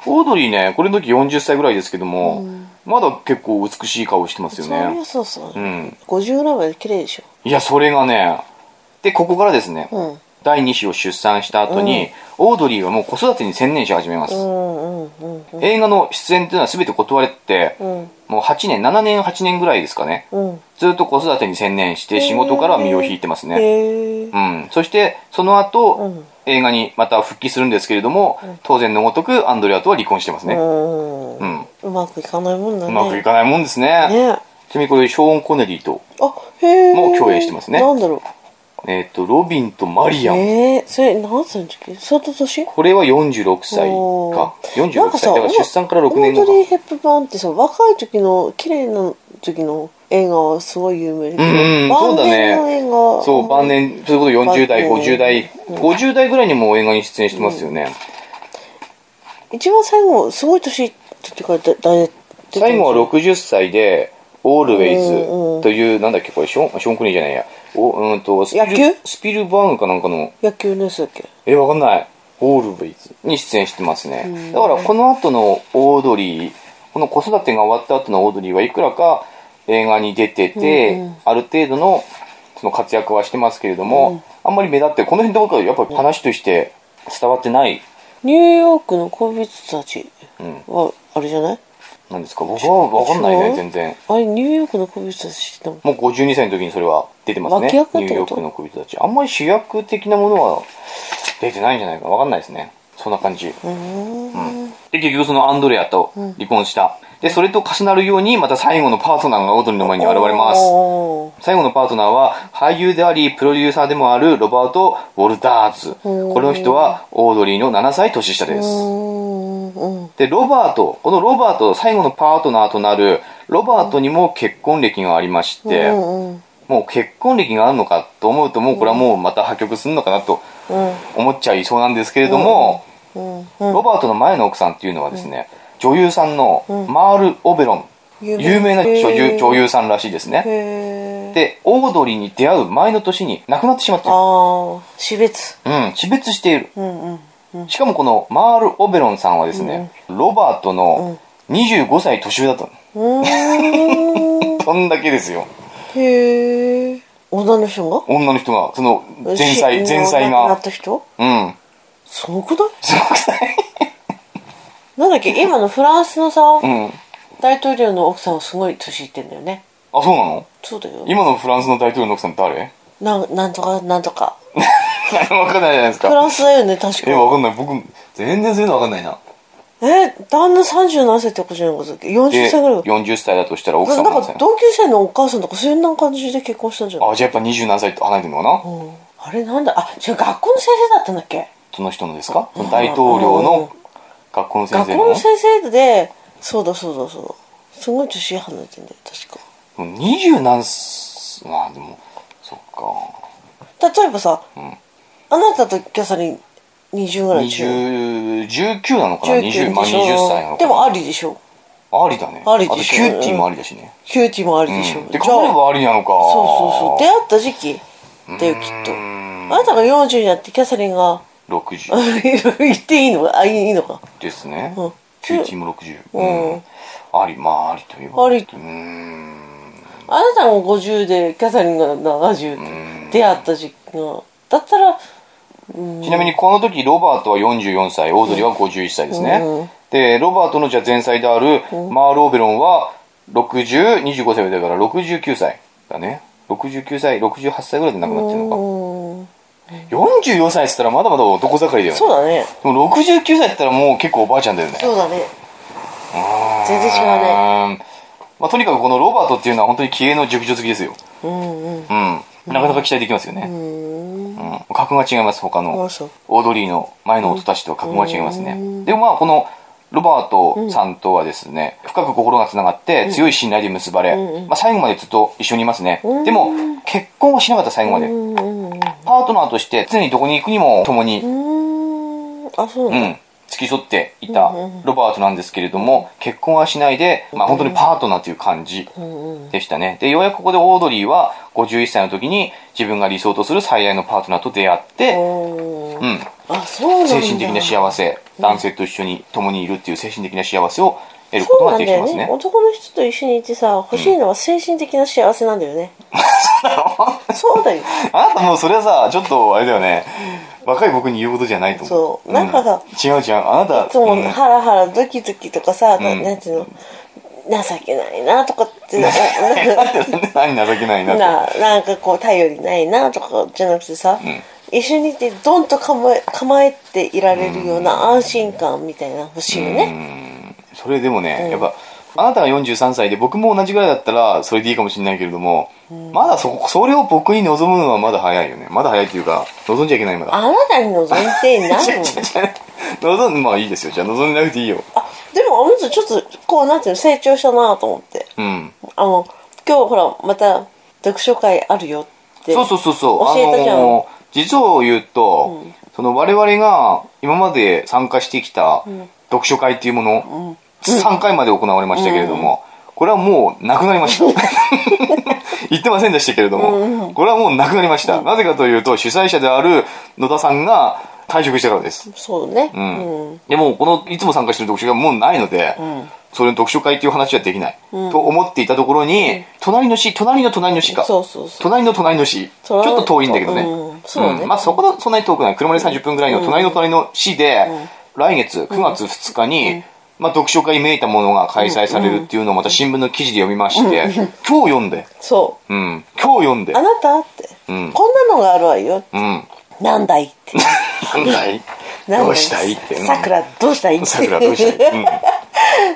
Speaker 1: オードリーね、これの時40歳ぐらいですけども、まだ結構美しい顔してますよ
Speaker 2: そり
Speaker 1: ね
Speaker 2: ゃ。そうそう、
Speaker 1: うん。
Speaker 2: 50ぐらいまで綺麗でし
Speaker 1: いや、それがね、で、ここからですね、
Speaker 2: ょ
Speaker 1: 第2子を出産した後に、オードリーはもう子育てに専念し始めます、
Speaker 2: うんうんうん
Speaker 1: 映画の出演というのは全て断れて、もう8年7年8年ぐらいですかね、
Speaker 2: うん
Speaker 1: ずっと子育てに専念して仕事からは身を引いてますね、
Speaker 2: へえ
Speaker 1: うん、そしてその後、映画にまた復帰するんですけれども、当然のごとくアンドレアとは離婚してますね、
Speaker 2: うん
Speaker 1: う、
Speaker 2: うんまくいかないもんだ
Speaker 1: う
Speaker 2: ね
Speaker 1: まくいかないもんですね
Speaker 2: ねあ
Speaker 1: ちなみにこれショーン・コネリーと,、
Speaker 2: へえ
Speaker 1: もう共演してますね
Speaker 2: なんだろ
Speaker 1: えー、とロビンとマリ
Speaker 2: う
Speaker 1: アン、
Speaker 2: ええそれ何歳の時相当年
Speaker 1: これは46歳
Speaker 2: お
Speaker 1: か
Speaker 2: ーなん
Speaker 1: 46歳だから出産から6年
Speaker 2: オ
Speaker 1: 後
Speaker 2: ードリー・
Speaker 1: か
Speaker 2: ヘップバーンってさ若い時の綺麗な時の映画はすごい有名だけど
Speaker 1: うんうんそうだね
Speaker 2: 晩年の映画
Speaker 1: そう晩年それこそ40代
Speaker 2: 晩年
Speaker 1: 50代50代ぐらいにもう映画に出演してますよね、
Speaker 2: 一番最後すごい年っていうか誰出てる
Speaker 1: 最後は60歳で「オールウェイ
Speaker 2: うんう
Speaker 1: ズ」というなんだっけこれショーンショーン・クリーンじゃないやおうんとスピル
Speaker 2: 野球
Speaker 1: スピルバーグかなんかの
Speaker 2: 野球のやつだっけ
Speaker 1: えわかんない「オールウェイズ」に出演してますねだからこの後のオードリーこの子育てが終わった後のオードリーはいくらか映画に出てて、ある程度のその活躍はしてますけれども、あんまり目立ってこの辺のことはやっぱり話として伝わってない
Speaker 2: ニューヨークの恋人たちはあれじゃない、
Speaker 1: なんですか僕はわかんない
Speaker 2: 違
Speaker 1: ね
Speaker 2: う
Speaker 1: 全然
Speaker 2: あれニューヨークの恋人たちって
Speaker 1: もう52歳の時にそれは出てますね。
Speaker 2: 脇役
Speaker 1: ニ
Speaker 2: ってこと
Speaker 1: ューヨークの恋人たち。あんまり主役的なものは出てないんじゃないかわかんないですね。そんな感じ。うんで、結局そのアンドレアと離婚した。で、それと重なるように、また最後のパートナーがオードリーの前に現れます。
Speaker 2: おー
Speaker 1: 最後のパートナーは俳優でありプロデューサーでもあるロバート・ウォルターズ
Speaker 2: うん
Speaker 1: この人はオードリーの7歳年下で
Speaker 2: う
Speaker 1: す
Speaker 2: んうんうん
Speaker 1: でロバートこのロバート最後のパートナーとなるロバートにも結婚歴がありまして、
Speaker 2: うんうん
Speaker 1: もう結婚歴があるのかと思うともうこれはもうまた破局するのかなと思っちゃいそうなんですけれども、
Speaker 2: うん
Speaker 1: ロバートの前の奥さんっていうのはですね、女優さんのマール・オベロン、
Speaker 2: 有名
Speaker 1: 有名な女
Speaker 2: へ
Speaker 1: 優
Speaker 2: ー
Speaker 1: 女優さんらしいですね、
Speaker 2: へえ
Speaker 1: でオードリーに出会う前の年に亡くなってしまってる
Speaker 2: ああ死別
Speaker 1: うん死別している
Speaker 2: うんうん
Speaker 1: しかもこのマール・オベロンさんはですね、ロバートの25歳年上だったの
Speaker 2: うーん
Speaker 1: そんだけですよ
Speaker 2: へえ女の人が
Speaker 1: 女の人がその前妻
Speaker 2: し
Speaker 1: 前妻
Speaker 2: 亡くな
Speaker 1: が
Speaker 2: った人
Speaker 1: うん
Speaker 2: すごくない
Speaker 1: すごくない
Speaker 2: なんだっけ今のフランスのさ、
Speaker 1: うん
Speaker 2: 大統領の奥さんはすごい年いってんだよね
Speaker 1: あそうなの
Speaker 2: そうだよ
Speaker 1: 今のフランスの大統領の奥さん誰
Speaker 2: なんなんとかなんとか
Speaker 1: わかんないじゃないです
Speaker 2: フ
Speaker 1: か。
Speaker 2: ランスだよね確
Speaker 1: え、
Speaker 2: か
Speaker 1: わかんない。僕、全然そういうのわかんないな。
Speaker 2: え旦那30何歳ってことじゃないかったっけ40
Speaker 1: で、
Speaker 2: 歳ぐらいか
Speaker 1: 40歳だとしたら奥
Speaker 2: な
Speaker 1: さん
Speaker 2: な
Speaker 1: 何
Speaker 2: んか
Speaker 1: 歳
Speaker 2: 同級生のお母さんとかそんな感じで結婚したんじゃない
Speaker 1: あ、じゃあやっぱ20何歳と離れてるのかな
Speaker 2: うんあれなんだあ違う学校の先生だったんだっけ
Speaker 1: その人のですかその大統領の学校の先
Speaker 2: 学
Speaker 1: 生
Speaker 2: 校
Speaker 1: の
Speaker 2: の先生でそうだそうだそうだすごい年離れてんだよ確か
Speaker 1: うん20何歳、まあでも、そっか。
Speaker 2: 例えばさ、あなたとキャサリン20ぐらい中
Speaker 1: 20、19なのかな20、
Speaker 2: 19
Speaker 1: まあ
Speaker 2: でし
Speaker 1: 20
Speaker 2: ょ
Speaker 1: 歳なの
Speaker 2: で
Speaker 1: か
Speaker 2: も
Speaker 1: な。
Speaker 2: ありでしょ
Speaker 1: ありだね。
Speaker 2: ありで
Speaker 1: と
Speaker 2: し
Speaker 1: キ
Speaker 2: ょ
Speaker 1: ューティーもありだしね。
Speaker 2: キューティーもあり
Speaker 1: う
Speaker 2: でしょ、
Speaker 1: ん。で、考えればありなのか。
Speaker 2: そうそうそう出会った時期だよきっとあなたが40になってキャサリンが
Speaker 1: 60
Speaker 2: 言っていいのかあいいのか
Speaker 1: ですね。
Speaker 2: うん
Speaker 1: キューティーも60。
Speaker 2: うん
Speaker 1: うん。あり、まあありといえば。
Speaker 2: あり
Speaker 1: うーん。
Speaker 2: あなたも50でキャサリンが70で出会った時期がだったら
Speaker 1: ちなみにこの時ロバートは44歳オードリーは51歳ですね、
Speaker 2: うん
Speaker 1: でロバートのじゃあ前妻であるマール・オベロンは6025歳だから69歳だね69歳68歳ぐらいで亡くなってる
Speaker 2: う
Speaker 1: のか
Speaker 2: ーん
Speaker 1: 44歳っつったらまだまだ男盛りだよね
Speaker 2: そうだね
Speaker 1: でも69歳っつったらもう結構おばあちゃんだよね
Speaker 2: そうだね全然違うね
Speaker 1: ねまあ、とにかくこのロバートっていうのは本当に気鋭の熟女好きですよ
Speaker 2: うんう
Speaker 1: う
Speaker 2: ん
Speaker 1: んなかなか期待できますよね、
Speaker 2: うーん
Speaker 1: うん格が違います他の
Speaker 2: あそう
Speaker 1: オードリーの前の音たちとは格が違いますねでもまあこのロバートさんとはですね、深く心がつながって強い信頼で結ばれ、まあ、最後までずっと一緒にいますね、でも結婚はしなかった最後まで、
Speaker 2: うんうんうん
Speaker 1: パートナーとして常にどこに行くにも共に、うん
Speaker 2: うーんあそうなんだ
Speaker 1: 付き添っていたロバートなんですけれども結婚はしないで、まあ、本当にパートナーという感じでしたねでようやくここでオードリーは51歳の時に自分が理想とする最愛のパートナーと出会って、
Speaker 2: おー
Speaker 1: うん、
Speaker 2: あそうなんだ
Speaker 1: 精神的な幸せ男性と一緒に共にいるっていう精神的な幸せを得ることができてますね
Speaker 2: 男の人と一緒にいてさ欲しいのは精神的な幸せなんだよね、
Speaker 1: なの
Speaker 2: そうだよ
Speaker 1: あなたもうそれはさちょっとあれだよね若い僕に言うことじゃないと思う
Speaker 2: そうなんかさ
Speaker 1: うん違う違うあなた
Speaker 2: いつも
Speaker 1: うん
Speaker 2: ハラハラドキドキとかさ、な
Speaker 1: うん
Speaker 2: なんていうの情けないなとかってな
Speaker 1: 何情けないなって
Speaker 2: ななんかこう頼りないなとかじゃなくてさ、一緒にいてドンと構え構えていられるような安心感みたいな欲しいよね、
Speaker 1: それでもね、やっぱあなたが43歳で僕も同じぐらいだったらそれでいいかもしれないけれども、まだそこそれを僕に望むのはまだ早いよねまだ早いっていうか望んじゃいけないまだ
Speaker 2: あなたに望んでい ないもん
Speaker 1: 望んまあいいですよじゃあ望んでなくていいよ
Speaker 2: あでもあの人ちょっとこうなんていうの成長したなと思って
Speaker 1: うん
Speaker 2: あの今日ほらまた読書会あるよって
Speaker 1: そうそうそうそう
Speaker 2: 教えたじゃん
Speaker 1: あのー実を言うと、その我々が今まで参加してきた読書会っていうもの、3回まで行われましたけれども、これはもうなくなりました 言ってませんでしたけれども、これはもうなくなりました、なぜかというと主催者である野田さんが退職したからです、
Speaker 2: そうねう
Speaker 1: うんでもこのいつも参加してる読書会はもうないので、それの読書会っていう話はできない、と思っていたところに、隣の市隣の隣の市か
Speaker 2: そうそうそう
Speaker 1: 隣の隣の市ちょ
Speaker 2: 隣
Speaker 1: っと遠いんだけどね,、
Speaker 2: うんそうね
Speaker 1: まあそこだそんなに遠くない車で30分ぐらいの隣の隣の市で、来月9月2日に、まあ、読書会めいたものが開催されるっていうのをまた新聞の記事で読みまして、今日読んで、
Speaker 2: そ
Speaker 1: うん、今日読んで
Speaker 2: うあなたって、
Speaker 1: ん
Speaker 2: こんなのがあるわよ
Speaker 1: うん
Speaker 2: なんだいって
Speaker 1: なんだい
Speaker 2: なんだ
Speaker 1: どうしたいってうん
Speaker 2: さくらどうしたいって
Speaker 1: さくらどうしたい、うん
Speaker 2: ね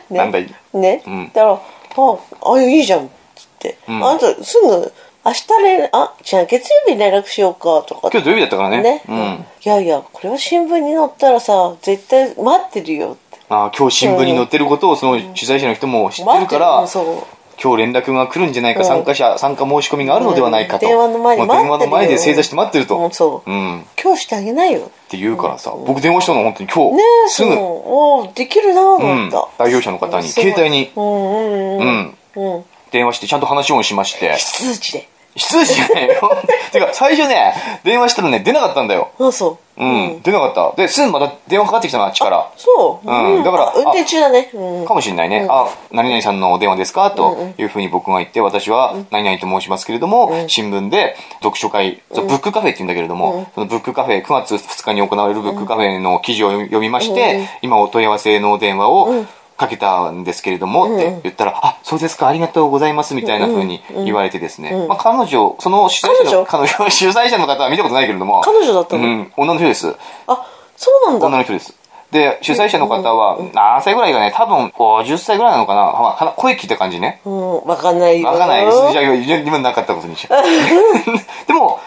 Speaker 1: なんだい
Speaker 2: ね、
Speaker 1: ん
Speaker 2: だから「ああいいじゃん」っつって、あんたすぐ明日連あじゃあ月曜日に連絡しようか」とか
Speaker 1: 今日土曜日だったからね
Speaker 2: ね、
Speaker 1: うん、
Speaker 2: いやいやこれは新聞に載ったらさ絶対待ってるよって
Speaker 1: あー今日新聞に載ってることをその取材者の人も知って
Speaker 2: 待っ
Speaker 1: る
Speaker 2: て
Speaker 1: か
Speaker 2: る
Speaker 1: ら、
Speaker 2: よそう
Speaker 1: 今日連絡が来るんじゃないか、
Speaker 2: うん
Speaker 1: 参加者参加申し込みがあるのではないかと、
Speaker 2: うん電話の前に
Speaker 1: まあ電話の前で
Speaker 2: 待ってるよ
Speaker 1: 正座して待ってると、
Speaker 2: うんそう、
Speaker 1: うんっ
Speaker 2: 今日してあげないよね
Speaker 1: て言うからさ、僕電話したの本当に今日、
Speaker 2: え
Speaker 1: す
Speaker 2: そ
Speaker 1: ぐ、
Speaker 2: のおーできるなと
Speaker 1: う
Speaker 2: 思
Speaker 1: ん
Speaker 2: った、
Speaker 1: 代表者の方に
Speaker 2: すごい
Speaker 1: 携帯に
Speaker 2: うんうんう
Speaker 1: うんん、
Speaker 2: うん
Speaker 1: 電話してちゃんと話をしまして
Speaker 2: 通知で
Speaker 1: 失礼じゃないよ てか最初ね電話したらね出なかったんだよ
Speaker 2: あそう
Speaker 1: うん、出なかったですぐまた電話かかってきたのあっちから
Speaker 2: そう、
Speaker 1: うんだから
Speaker 2: あ運転中だね、うん、
Speaker 1: かもしれないね、あ何々さんのお電話ですかというふうに僕が言って私は何々と申しますけれども、新聞で読書会ブックカフェって言うんだけれども、そのブックカフェ9月2日に行われるブックカフェの記事を読み読みまして、今お問い合わせのお電話をかけたんですけれどもって言ったら、あそうですかありがとうございますみたいなふうに言われてですね、まあ、彼女その主催者の彼
Speaker 2: 彼
Speaker 1: 女主催者の方は見たことないけれども
Speaker 2: 彼女だったの
Speaker 1: うん、女の人です
Speaker 2: あそうなんだ
Speaker 1: 女の人です。で、主催者の方は、何歳ぐらいがね、多分50歳ぐらいなのかな。まあはな声聞いた感じね。
Speaker 2: うん、わかんないよ。
Speaker 1: わかんないです。じゃあ、今なかったことにしよ う。でも、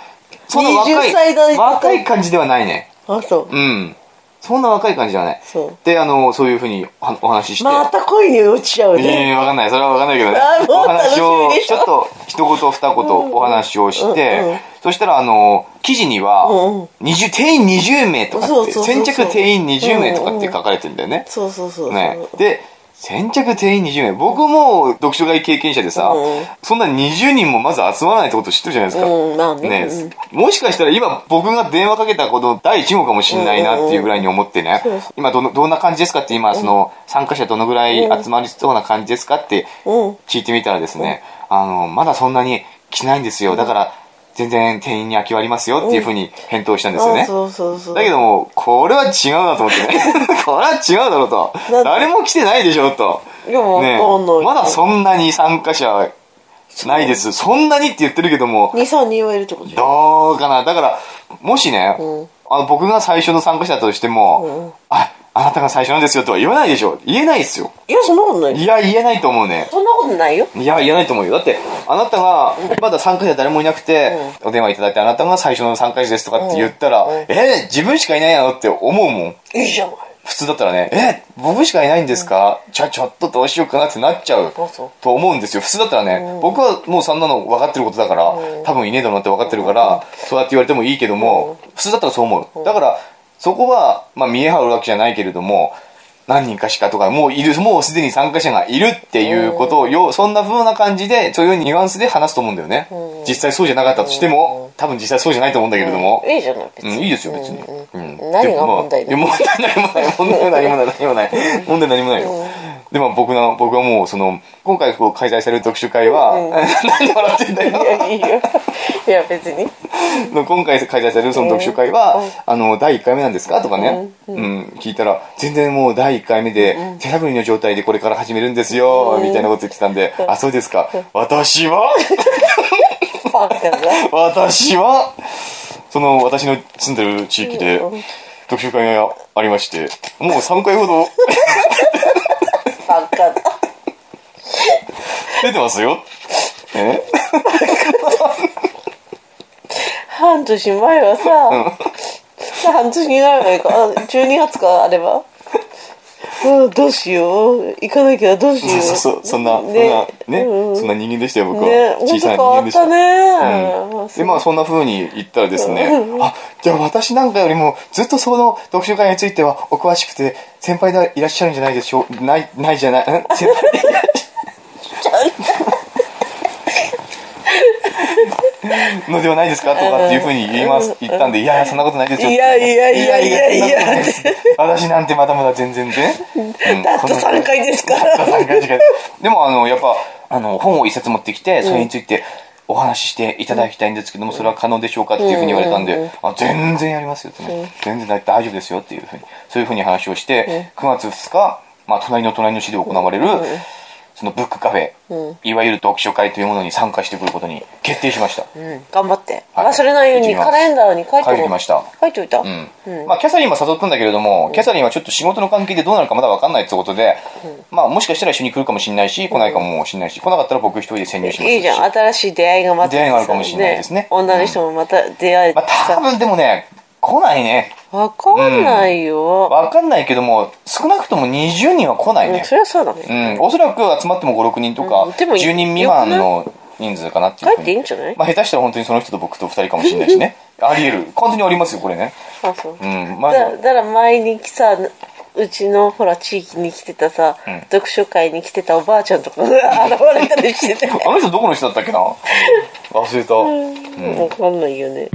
Speaker 1: そんな若
Speaker 2: 20歳代
Speaker 1: い、若い感じではないね。
Speaker 2: あ、そう。
Speaker 1: うん。そんな若い感じではない
Speaker 2: そう。
Speaker 1: で、あの、そういうふうにはお話しして。
Speaker 2: また恋に落ちちゃう
Speaker 1: い
Speaker 2: ね。
Speaker 1: やいやわかんない。それはわかんないけどね
Speaker 2: あ。も
Speaker 1: お
Speaker 2: う楽しみ
Speaker 1: 話を、
Speaker 2: でし
Speaker 1: ち
Speaker 2: ょ
Speaker 1: ょっと、一言二言お話をして、
Speaker 2: うんうん
Speaker 1: そしたら、あの、記事には
Speaker 2: うんうん、
Speaker 1: 二十定員20名とか
Speaker 2: そう
Speaker 1: っ
Speaker 2: そう
Speaker 1: て、
Speaker 2: そうそう
Speaker 1: 先着定員20名とかって書かれてんだよね。
Speaker 2: そうそうそうそう。
Speaker 1: ね。で、先着定員20名。僕も読書会経験者でさ
Speaker 2: うんうん、
Speaker 1: そんな20人もまず集まらないってこと知ってるじゃないですか。
Speaker 2: うん、まあね。
Speaker 1: ね
Speaker 2: うん
Speaker 1: もしかしたら今僕が電話かけたこと第1号かもしれないなっていうぐらいに思ってね
Speaker 2: うんうんうんそうそう
Speaker 1: 今どのどんな感じですかって今その参加者どのぐらい集まりそうな感じですかって
Speaker 2: うん
Speaker 1: 聞いてみたらですねあのまだそんなに来ないんですよだから全然店員に空きはありますよっていうふうに返答したんですよ
Speaker 2: あ
Speaker 1: ね
Speaker 2: そうそうそう。
Speaker 1: だけどもこれは違うなと思って ねこれは違うだろうと
Speaker 2: なんで
Speaker 1: 誰も来てないでしょうと
Speaker 2: いや、わかん
Speaker 1: ね
Speaker 2: ない。
Speaker 1: まだそんなに参加者ないですそんなにって言ってるけども
Speaker 2: 2、3人はいるってことじゃん。
Speaker 1: どうかなだからもしね、
Speaker 2: うん
Speaker 1: あの僕が最初の参加者だとしても、ああなたが最初なんですよとは言わないでしょ言えないですよ
Speaker 2: いや、そんなことないよ。
Speaker 1: いや言えないと思うね
Speaker 2: そんなことないよ。
Speaker 1: いや言えないと思うよだってあなたがまだ参加者誰もいなくて、お電話いただいてあなたが最初の参加者ですとかって言ったら、えー自分しかいないのって思うもん
Speaker 2: いいじゃん。
Speaker 1: 普通だったらね、え僕しかいないんですか、じゃあちょっとどうしようかなってなっちゃう
Speaker 2: あそう
Speaker 1: と思うんですよ。普通だったらね、僕はもうそんなの分かってることだから、多分いねえだろうなって分かってるから、そうやって言われてもいいけども、普通だったらそう思う。だから、そこは、まあ見え張るわけじゃないけれども、何人かしかとか、もういる、もうすでに参加者がいるっていうことをよ、そんな風な感じで、そういうニュアンスで話すと思うんだよね。実際そうじゃなかったとしても、多分実際そうじゃないと思うんだけれども。
Speaker 2: いいじゃない、別
Speaker 1: うん、
Speaker 2: に。
Speaker 1: いいですよ、別に。うん
Speaker 2: 何が問題だ
Speaker 1: でもまあいや問題何もない、何もない。問題何もない。問題何もないよ。でも僕の僕はもうその今回こう開催される特集会は、
Speaker 2: う ん
Speaker 1: 何笑ってんだよ
Speaker 2: いやいいよいや別に
Speaker 1: の今回開催されるその特集会は、あの第1回目なんですかとかね、うん聞いたら全然もう第1回目で、手探りの状態でこれから始めるんですよ、みたいなこと言ってたんで、あそうですか、私は
Speaker 2: バカだ
Speaker 1: 私はその私の住んでる地域で特集会がありましてもう3回ほど
Speaker 2: バカだ
Speaker 1: 出てますよえ
Speaker 2: 半年前はさ、半年ぐらい前かあ12月かあればうんどうしよう行かなきゃどうしよ う
Speaker 1: そうそうそんな、
Speaker 2: ね
Speaker 1: そんなね、
Speaker 2: うん
Speaker 1: そんな人間でしたよ僕は、
Speaker 2: ね
Speaker 1: 小
Speaker 2: 本当
Speaker 1: さな人
Speaker 2: 変わ
Speaker 1: 間
Speaker 2: っ
Speaker 1: でしたう
Speaker 2: た
Speaker 1: ん
Speaker 2: ね
Speaker 1: でまあそんな風に言ったらですね、あじゃあ私なんかよりもずっとその読書会についてはお詳しくて先輩でいらっしゃるんじゃないでしょうないないじゃないん先輩でいらっしゃるのではないですかとかっていう風に言います言ったんでいやいやそんなことないですよ
Speaker 2: いやいやいやいやいや
Speaker 1: いやいやそんなことないです私なんてまだまだ全然ね、うん
Speaker 2: だった3回です か
Speaker 1: だ
Speaker 2: ら
Speaker 1: から確かにでもあのやっぱあの本を一冊持ってきてそれについてお話ししていただきたいんですけども、それは可能でしょうかっていうふうに言われたんで、あ全然やりますよってね、全然大丈夫ですよっていうふうにそういうふうに話をして、9月2日、まあ、隣の隣の市で行われる、そのブックカフェ、いわゆる読書会というものに参加してくることに決定しました、
Speaker 2: うん頑張って
Speaker 1: はい
Speaker 2: 忘れないよう
Speaker 1: 行って
Speaker 2: に
Speaker 1: きます
Speaker 2: カレンダーに書いて
Speaker 1: 書い
Speaker 2: お
Speaker 1: てきました
Speaker 2: 書いておいたう
Speaker 1: うんまあ、キャサリンも誘ったんだけれども、キャサリンはちょっと仕事の関係でどうなるかまだ分かんないってことで、まあ、もしかしたら一緒に来るかもしれないし来ないかもしれないし来なかったら僕一人で潜入しますし
Speaker 2: いいじゃん新しい出会いが待って
Speaker 1: 出会いがあるかもしれないですね
Speaker 2: 女の人もまた出会えて
Speaker 1: まあ、多
Speaker 2: さ
Speaker 1: 分でもね来ないね
Speaker 2: わかんないよ
Speaker 1: 分かんないけども少なくとも20人は来ない
Speaker 2: うん
Speaker 1: ね
Speaker 2: そりゃそうだ
Speaker 1: う
Speaker 2: ね
Speaker 1: ん、おそらく集まっても56人とか、
Speaker 2: うんでも
Speaker 1: 10人未満の人数かなっていうふう
Speaker 2: 帰っていいんじゃない
Speaker 1: まあ、下手したら本当にその人と僕と2人かもしれないし ねあり得る完全にありますよこれね
Speaker 2: あそう
Speaker 1: うんま
Speaker 2: だ
Speaker 1: ず
Speaker 2: だから前に来さうちのほら地域に来てたさ、読書会に来てたおばあちゃんとかが現れたりしてて
Speaker 1: あの人どこの人だったっけな忘れた、
Speaker 2: 分かんないよね